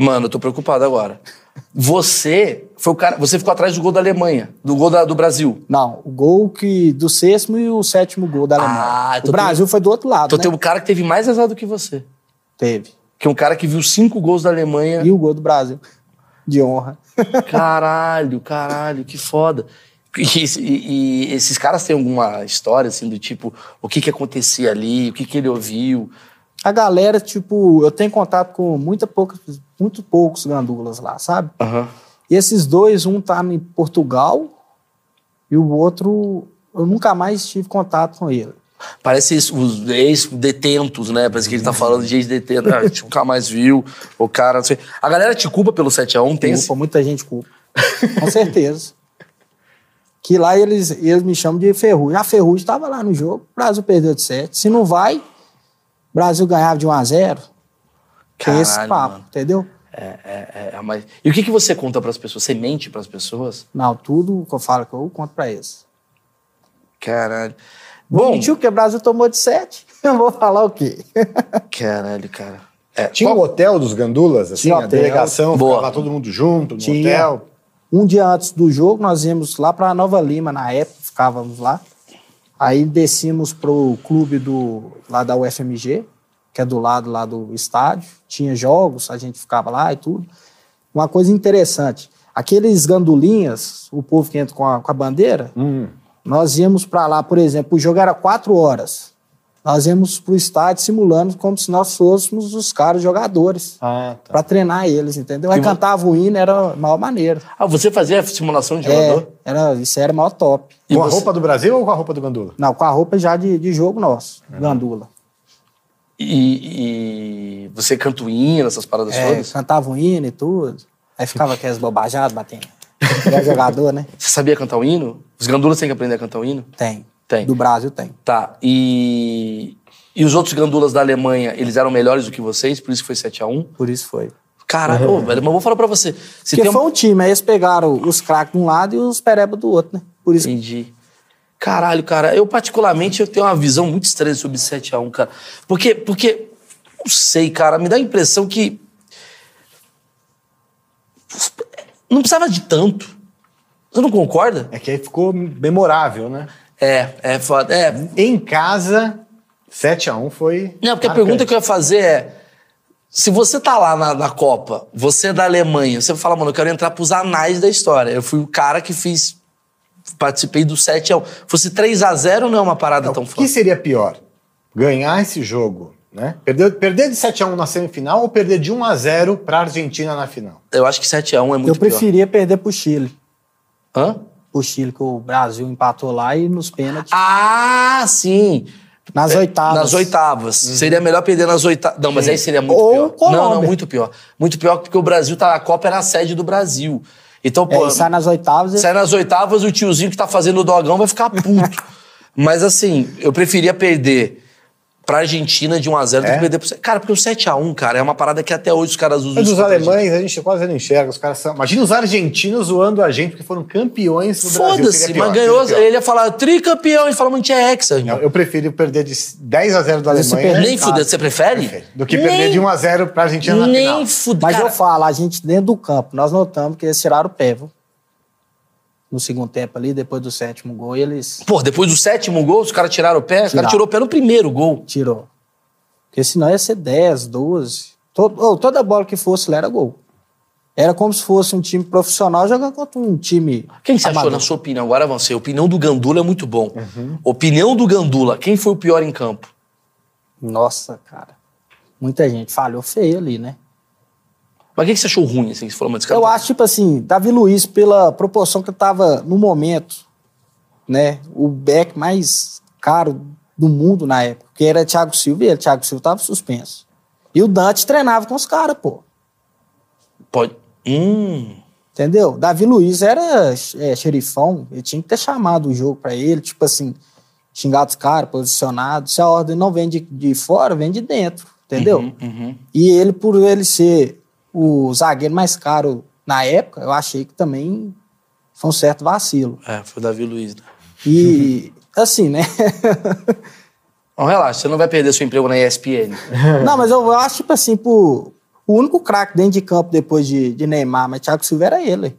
Mano, eu tô preocupado agora. Você foi o cara. Você ficou atrás do gol da Alemanha, do gol da- do Brasil.
Não, o gol que do sexto e o sétimo gol da
Ah,
Alemanha.
então
o Brasil foi do outro lado,
Então
né?
tem um cara que teve mais azar do que você.
Teve.
Que é um cara que viu cinco gols da Alemanha.
E o gol do Brasil, de honra.
Caralho, caralho, que foda. E, e- e esses caras têm alguma história, assim, do tipo, o que que acontecia ali, o que que ele ouviu?
A galera, tipo, eu tenho contato com muita pouca, muito poucos gandulas lá, sabe?
Aham.
E esses dois, um tá em Portugal e o outro, eu nunca mais tive contato com ele.
Parece isso, os ex-detentos, né? Parece que ele tá falando de ex-detento. Ah, a gente nunca mais viu, o cara, não sei. A galera te culpa pelo 7x1, tem um esse...
Culpa, muita gente culpa. Com certeza. que lá eles, eles me chamam de Ferrugem. A Ferrugem estava lá no jogo, o Brasil perdeu de 7. Se não vai, o Brasil ganhava de 1 a 0 Tem é esse
Caralho,
papo,
mano.
entendeu?
É, é, é, mas... E o que que você conta pras pessoas? Você mente pras pessoas?
Não, tudo que eu falo que eu conto pra eles.
Caralho. Bom,
Mentiu que o Brasil tomou de 7. Eu vou falar o quê?
caralho, cara. É,
Tinha um hotel dos Gandulas, assim,
Tinha
a
hotel.
delegação,
Boa.
ficava todo mundo junto, no
Tinha.
hotel.
Um dia antes do jogo, nós íamos lá para Nova Lima, na época, ficávamos lá. Aí descimos pro clube do, lá da UFMG, que é do lado lá do estádio. Tinha jogos, a gente ficava lá e tudo. Uma coisa interessante, aqueles gandulinhas, o povo que entra com a, com a bandeira,
Hum.
nós íamos para lá, por exemplo, o jogo era quatro horas. Nós íamos pro estádio simulando como se nós fôssemos os caras jogadores,
Ah, tá.
para treinar eles, entendeu? Aí cantava o hino, era a maior maneira.
Ah, você fazia simulação de
um- É,
jogador?
era, isso era o maior top.
E
Com a
você-
roupa do Brasil ou com a roupa do Gandula?
Não, com a roupa já de, de jogo nosso,
É.
Gandula.
E, e você canta o hino, essas paradas
É,
todas?
cantava o hino e tudo. Aí ficava aquelas bobajadas batendo. Era jogador, né?
Você sabia cantar o hino? Os gandulas têm que aprender a cantar o hino?
Tem.
Tem.
Do Brasil tem.
Tá, e... E os outros gandulas da Alemanha, eles eram melhores do que vocês, por isso que foi 7x1?
Por isso foi.
Caralho, ô, velho, mas vou falar pra você. Se
Porque
tem um-
foi um time, aí eles pegaram os craques de um lado e os perebas do outro, né? Por isso que
Entendi. Caralho, cara, eu particularmente eu tenho uma visão muito estranha sobre 7 a 1 cara. Porque, porque, não sei, cara, me dá a impressão que. Não precisava de tanto. Você não concorda?
É que aí ficou memorável, né?
É, é foda. É.
Em casa, 7x1 foi.
Não, porque a
marcante.
pergunta que eu ia fazer é. Se você tá lá na, na Copa, você é da Alemanha, você fala, mano, eu quero entrar pros anais da história. Eu fui o cara que fiz. Participei do 7x1. Fosse 3x0, não é uma parada tão
O que
forte.
seria pior? Ganhar esse jogo, né? Perder, perder de 7x1 na semifinal ou perder de 1x0 pra Argentina na final?
Eu acho que 7x1 é muito
Eu
pior.
preferia perder pro Chile.
Hã?
Pro Chile, que o Brasil empatou lá e nos pênaltis.
Ah, sim.
nas oitavas.
É, Nas oitavas. Seria melhor perder nas oitavas. Não, mas aí seria muito
Ou
pior.
Colômbia.
Não, não, muito pior. Muito pior porque o Brasil tá. A Copa era a sede do Brasil. Então,
É,
pô.
e sai nas oitavas. e-
Sai nas oitavas, o tiozinho que tá fazendo o dogão vai ficar puto. Mas assim, eu preferia perder pra Argentina de 1x0 do
É?
que perder pro. Cara, porque o 7x1, cara, é uma parada que até hoje os caras usam.
Mas
isso
os
contra a gente.
É alemães a gente quase não enxerga, os caras são. Imagina os argentinos zoando a gente porque foram campeões do Brasil.
Foda-se,
seria pior,
mas
seria
ganhou.
pior.
Ele ia falar tricampeão, ele fala, mano, tinha hexa, irmão.
Não, eu prefiro perder de 10x0 da
Mas se
Alemanha né?
perder-
Nem fudeu, você prefere?
É. do que perder
nem,
de 1x0 pra Argentina na final.
Nem fudeu.
Mas
Cara,
eu falo, a gente dentro do campo, nós notamos que eles tiraram o pé, viu? No segundo tempo ali, depois do sétimo gol, eles
Pô, depois do sétimo gol, os caras tiraram o pé. Os caras
Tiraram.
tirou o pé no primeiro gol.
tirou. Porque senão ia ser 10, 12. Todo, ou toda bola que fosse lá era gol. Era como se fosse um time profissional jogando contra um time.
Quem que você achou, né?
amador.
na sua opinião? Agora você. Opinião do Gandula é muito bom.
Uhum.
Opinião do Gandula, quem foi o pior em campo?
Nossa, cara. Muita gente falhou feio ali, né?
Mas quem que você achou ruim, assim, que você falou, mas esse cara
Eu
tá-
acho, tipo assim, Davi Luiz, pela proporção que ele tava no momento, né? O back mais caro do mundo na época, que era Thiago Silva, e ele, Thiago Silva, tava suspenso. E o Dante treinava com os caras, pô.
Pode. Hum.
Entendeu? Davi Luiz era é, xerifão, ele tinha que ter chamado o jogo pra ele, tipo assim, xingado os caras, posicionado. Se a ordem não vem de, de fora, vem de dentro, entendeu?
Uhum.
E ele, por ele ser o zagueiro mais caro na época, eu achei que também foi um certo vacilo.
É, foi o Davi Luiz, né?
E, assim, né?
Não, relaxa, você não vai perder seu emprego na ESPN.
Não, mas eu acho, tipo assim, por, o único craque dentro de campo depois de, de Neymar, mas Thiago Silva era ele.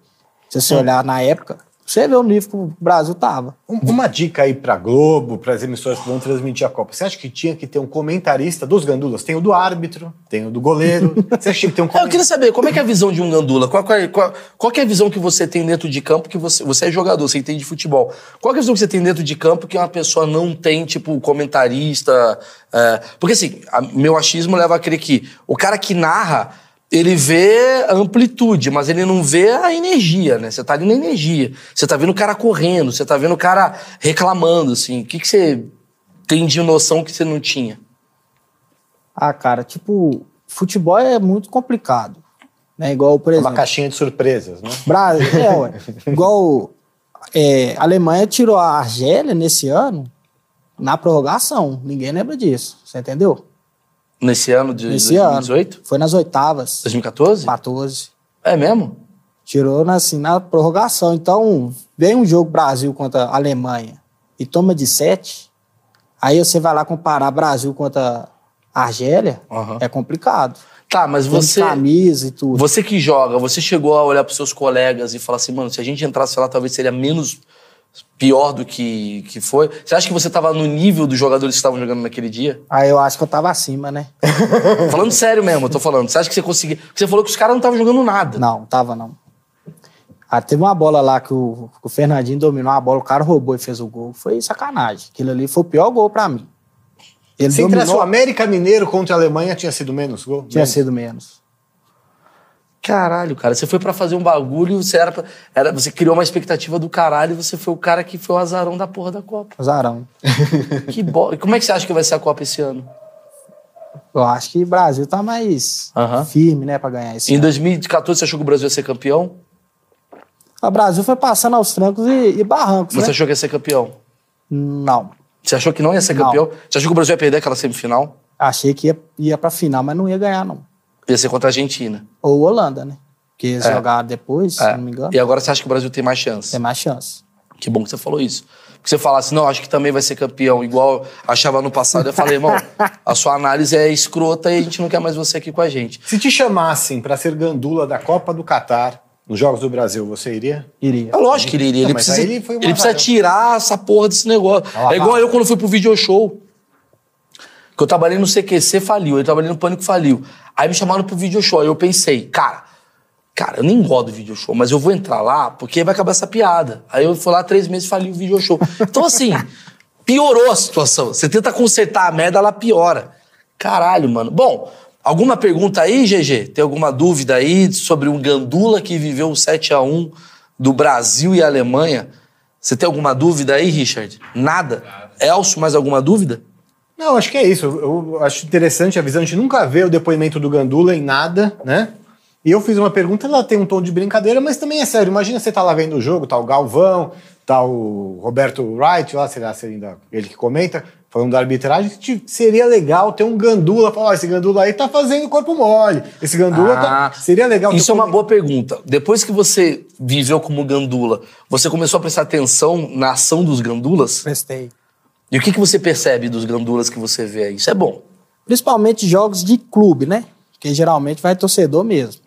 Se você olhar na época, você vê o nível que o Brasil tava.
Um- Uma dica aí pra Globo, pras emissoras que vão transmitir a Copa. Você acha que tinha que ter um comentarista dos gandulas? Tem o do árbitro, tem o do goleiro. Você acha que tinha que ter um
É, eu queria
comentarista?
saber, como é que é a visão de um Gandula? Qual, qual, é- qual- qual que é a visão que você tem dentro de campo que você, você é jogador, você entende de futebol? Qual que é a visão que você tem dentro de campo que uma pessoa não tem, tipo, comentarista? é, porque assim, a- meu achismo leva a crer que o cara que narra, ele vê a amplitude, mas ele não vê a energia, né? Você tá ali na energia. Você tá vendo o cara correndo, você tá vendo o cara reclamando, assim. O que, que você tem de noção que você não tinha?
Ah, cara, tipo, futebol é muito complicado. Né? Igual, por
Uma
exemplo,
caixinha de surpresas, né?
Brasil, é, ué. Igual é, a Alemanha tirou a Argélia nesse ano na prorrogação. Ninguém lembra disso. Você entendeu?
Nesse ano de
Nesse
2018?
ano. Foi nas oitavas,
2014?
14.
É mesmo?
Tirou na, assim, na prorrogação. Então, vem um jogo Brasil contra a Alemanha e toma de 7. Aí você vai lá comparar Brasil contra a Argélia.
Aham.
É complicado.
Tá, mas
Tem
você.
camisa e tudo.
Você que joga, você chegou a olhar pros seus colegas e falar assim, mano, se a gente entrasse lá, talvez seria menos pior do que, que foi. Você acha que você tava no nível dos jogadores que estavam jogando naquele dia?
Aí eu acho que eu tava acima, né?
falando sério mesmo, eu tô falando. Você acha que você conseguia. Porque Você falou que os caras não estavam jogando nada.
Não, tava não. Ah, teve uma bola lá que o, que o Fernandinho dominou a bola, o cara roubou e fez o gol. Foi sacanagem. Aquilo ali foi o pior gol pra mim. Ele
Se entrasse o
dominou,
América Mineiro contra a Alemanha, tinha sido menos gol?
tinha
Menos.
sido menos.
Caralho, cara, você foi pra fazer um bagulho, você era, pra- era você criou uma expectativa do caralho e você foi o cara que foi o azarão da porra da Copa.
Azarão.
Que bola. Como é que você acha que vai ser a Copa esse ano?
Eu acho que o Brasil tá mais
Aham.
firme, né, pra ganhar esse
Em
ano.
2014, você achou que o Brasil ia ser campeão?
O Brasil foi passando aos trancos e, e barrancos,
Você
né?
achou que ia ser campeão?
Não.
Você achou que não ia ser
Não.
campeão? Você achou que o Brasil ia perder aquela semifinal?
Achei que ia, ia pra final, mas não ia ganhar, não.
Ia ser contra a Argentina.
Ou Holanda, né? Porque eles
É.
jogaram depois, se
É.
não me engano.
E agora você acha que o Brasil tem mais chance?
Tem mais chance.
Que bom que você falou isso. Porque você falasse, não, acho que também vai ser campeão, igual eu achava no passado. Eu falei, irmão, a sua análise é escrota e a gente não quer mais você aqui com a gente.
Se te chamassem pra ser gandula da Copa do Catar nos Jogos do Brasil, você iria?
Iria.
É lógico que ele iria. Ele
Não, mas
precisa,
aí ele foi um
ele precisa
azarão.
tirar essa porra desse negócio.
Ela
é igual
passa.
eu quando fui pro video show. Que eu trabalhei no CQC, faliu. Eu trabalhei no Pânico, faliu. Aí me chamaram pro video show. Aí eu pensei, cara, cara, eu nem gosto do video show, mas eu vou entrar lá porque vai acabar essa piada. Aí eu fui lá três meses faliu o video show. Então, assim, piorou a situação. Você tenta consertar a merda, ela piora. Caralho, mano. Bom, alguma pergunta aí, GG? Tem alguma dúvida aí sobre um gandula que viveu o 7 a 1 do Brasil e Alemanha? Você tem alguma dúvida aí, Richard? Nada? Elcio, mais alguma dúvida?
Não, acho que é isso. Eu, eu acho interessante a visão. A gente nunca vê o depoimento do Gandula em nada, né? E eu fiz uma pergunta, ela tem um tom de brincadeira, mas também é sério. Imagina você tá lá vendo o jogo, tá o Galvão, tá o Roberto Wright, lá, sei lá, se ainda ele que comenta, falando da arbitragem, que te- seria legal ter um Gandula, falar, ó, esse Gandula aí tá fazendo corpo mole. Esse Gandula
Ah,
tá... Seria legal
Isso
ter
é
um
uma boa pergunta. Depois que você viveu como gandula, você começou a prestar atenção na ação dos gandulas?
Prestei.
E o que, que você percebe dos gandulas que você vê aí? Isso é bom.
Principalmente jogos de clube, né? Porque geralmente vai torcedor mesmo.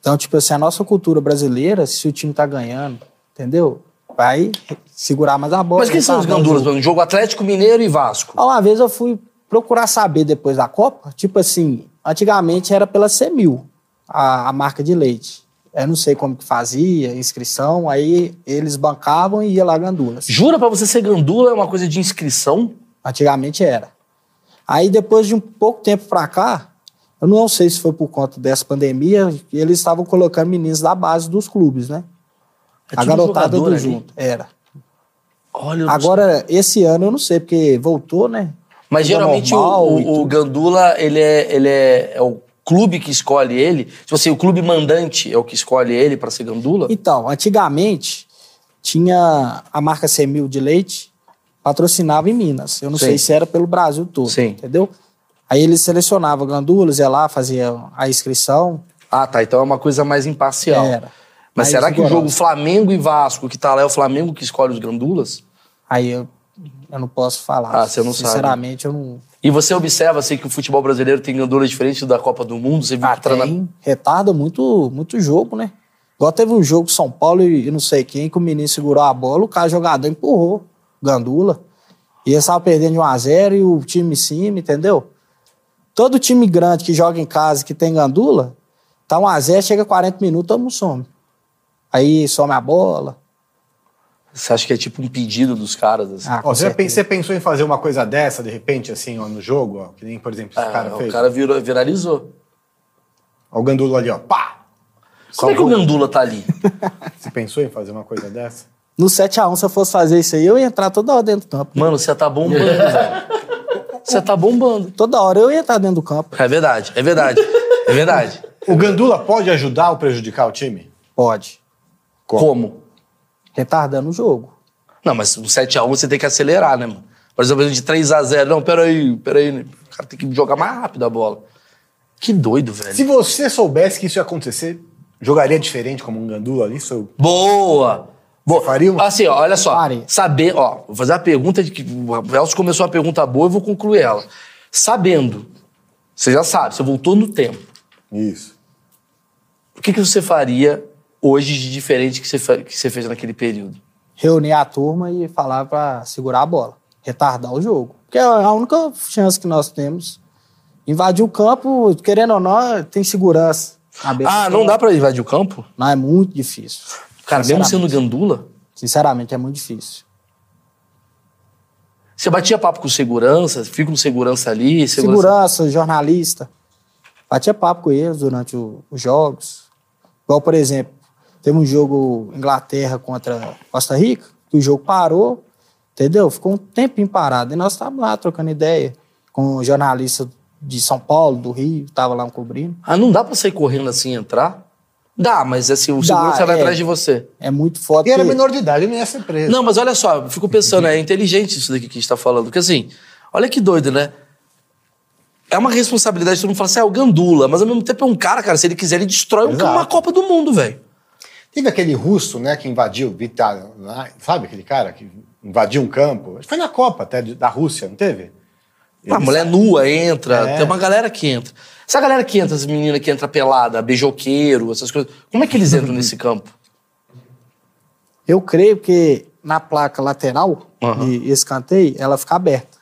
Então, tipo assim, a nossa cultura brasileira, se o time tá ganhando, entendeu? Vai segurar mais a bola.
Mas quem
tá
são os
retardar o
gandulas?
jogo.
mano? Jogo Atlético Mineiro e Vasco.
Ah, Uma vez eu fui procurar saber depois da Copa, tipo assim, antigamente era pela Semil, a, a marca de leite. Eu não sei como que fazia, inscrição, aí eles bancavam e ia lá gandulas.
Jura pra você ser gandula é uma coisa de inscrição?
Antigamente era. Aí depois de um pouco tempo pra cá, eu não sei se foi por conta dessa pandemia, eles estavam colocando meninos da base dos clubes, né?
É
a
tudo
garotada
jogador
do
ali.
junto. Era.
Olha, eu não
Agora, esse ano eu não sei, porque voltou, né?
Mas
Tudo
geralmente o,
normal
o-
e
o
tudo.
Gandula, ele é, ele é, é o clube que escolhe ele. Tipo assim, o clube mandante é o que escolhe ele pra ser Gandula.
Então, antigamente tinha a marca Semil de leite, patrocinava em Minas. Eu não
Sim.
sei se era pelo Brasil todo,
Sim.
entendeu? Aí eles selecionavam gandulas, ia lá, fazia a inscrição.
Ah, tá. Então é uma coisa mais imparcial.
É.
Era.
Mas
Mais
será que o
rigorosa.
jogo Flamengo e Vasco, que tá lá, é o Flamengo que escolhe os Gandulas?
Aí eu, eu não posso falar.
Ah, você não sabe.
Sinceramente, eu não.
E você observa, assim, que o futebol brasileiro tem Gandulas diferentes da Copa do Mundo? Você viu
Ah,
que tá na-
tem. Retarda muito, muito jogo, né? Igual teve um jogo São Paulo e e não sei quem, que o menino segurou a bola, o cara jogador empurrou. Gandula. E eles estavam perdendo de 1x0 e o time em cima, entendeu? Todo time grande que joga em casa, que tem gandula, tá 1x0, chega 40 minutos, todo mundo some. Aí some a bola.
Você acha que é tipo um pedido dos caras, assim?
Ah,
Ó,
com
você, já pen-
certeza.
você pensou em fazer uma coisa dessa, de repente, assim, ó, no jogo, ó, que nem, por exemplo, esse
Ah,
cara
o
fez?
cara virou- viralizou.
Ó, o Gandula ali, ó, pá!
Como é que o Gandula tá ali?
Você pensou em fazer uma coisa dessa?
No 7x1, se eu fosse fazer isso aí, eu ia entrar toda hora dentro do campo.
Mano, você tá bombando, velho. Você tá bombando.
Toda hora eu ia estar dentro do campo.
É verdade, é verdade, é verdade.
O Gandula pode ajudar ou prejudicar o time?
Pode.
Como?
Retardando o jogo.
Não, mas um o 7x1 você tem que acelerar, né, mano? Por exemplo, de 3x0. Não, peraí, peraí. né? O cara tem que jogar mais rápido a bola. Que doido, velho.
Se você soubesse que isso ia acontecer, jogaria diferente como um Gandula ali? Seu...
Boa! Boa.
faria uma-
Assim, ó, olha só.
Faria.
Saber, ó, vou fazer a pergunta de que o Elcio começou uma pergunta boa, eu vou concluir ela. Sabendo, você já sabe, você voltou no tempo.
Isso.
O que, que você faria hoje de diferente que você, fa- que você fez naquele período?
reunir a turma e falar pra segurar a bola, retardar o jogo. Porque é a única chance que nós temos. Invadir o campo, querendo ou não, tem segurança. Aberto.
Ah, não dá pra invadir o campo?
Não, é muito difícil.
Cara, mesmo
Sinceramente.
sendo gandula,
Sinceramente, é muito difícil.
você batia papo com segurança, fica um segurança ali, segurança...
Segurança, jornalista. Batia papo com eles durante o- os jogos. Igual, por exemplo, teve um jogo Inglaterra contra Costa Rica, que o jogo parou, entendeu? Ficou um tempinho parado. E nós estávamos lá trocando ideia com jornalista de São Paulo, do Rio, estava lá cobrindo.
Ah, não dá pra sair correndo assim e entrar? Dá, mas assim, o
Dá,
segurança vai
é.
atrás de você.
É muito foda.
E era
porque-
menor de idade, não ia ser preso.
Não, mas olha só, eu fico pensando, é inteligente isso daqui que a gente tá falando. Porque assim, olha que doido, né? É uma responsabilidade, todo mundo fala assim, ah, é o Gandula, mas ao mesmo tempo é um cara, cara, se ele quiser, ele destrói um-
Exato.
uma Copa do Mundo, velho.
Teve aquele russo, né, que invadiu Vital, sabe aquele cara que invadiu um campo? Acho que Foi na Copa até de- da Rússia, não teve?
Uma Ah, mulher nua entra,
É.
tem uma galera que entra. Essa galera que entra, as meninas que entra pelada, beijoqueiro, essas coisas, como é que eles entram nesse campo?
Eu creio que na placa lateral
Aham.
de escanteio, ela fica aberta.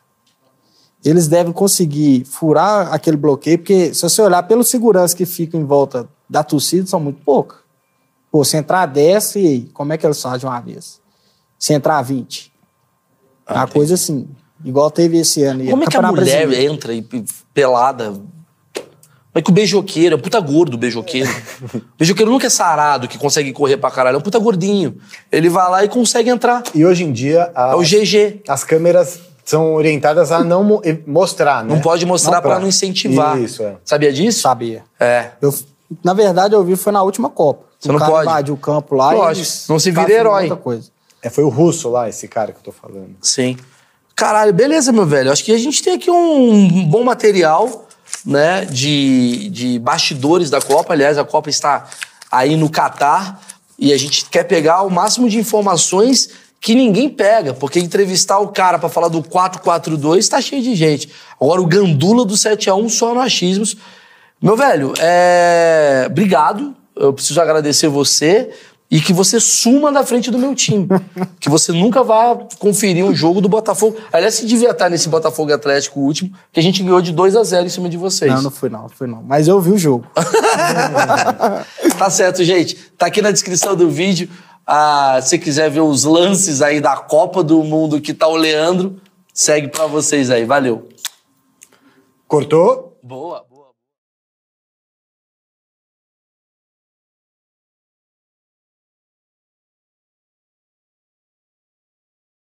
Eles devem conseguir furar aquele bloqueio, porque se você olhar pelo segurança que fica em volta da torcida, são muito poucos. Pô, se entrar 10, e aí, como é que eles fazem de uma vez? Se entrar 20. uma coisa assim. Igual teve esse ano. e
Ah, Como é que a
Campeonato
mulher
Brasileiro.
entra e, e pelada? Como é que o beijoqueiro, é um puta gordo o beijoqueiro. O beijoqueiro nunca é sarado, que consegue correr pra caralho, é um puta gordinho. Ele vai lá e consegue entrar.
E hoje em dia a-
É o GG.
as câmeras são orientadas a não mo- e- mostrar, né?
Não pode mostrar pra não incentivar.
Isso, é.
Sabia disso?
Sabia.
É.
Eu, na verdade, eu vi foi na última Copa.
Você não
o cara
pode.
invadiu o campo lá
Lógico,
e...
não se vira
caçou
herói.
Outra coisa.
É, Foi o russo lá, esse cara que eu tô falando.
Sim. Caralho, beleza, meu velho. Acho que a gente tem aqui um bom material, né, de, de bastidores da Copa. Aliás, a Copa está aí no Catar e a gente quer pegar o máximo de informações que ninguém pega, porque entrevistar o cara pra falar do 442 tá cheio de gente. Agora o Gandula do 7 a 1 só no achismos. Meu velho, é... obrigado. Eu preciso agradecer você e que você suma da frente do meu time. que você nunca vá conferir um jogo do Botafogo. Aliás, se devia estar nesse Botafogo e Atlético último, que a gente ganhou de 2 a 0 em cima de vocês.
Não, não fui não, não fui não. Mas eu vi o jogo.
Tá certo, gente. Tá aqui na descrição do vídeo. Ah, se quiser ver os lances aí da Copa do Mundo que tá o Leandro, segue pra vocês aí. Valeu.
Cortou?
Boa.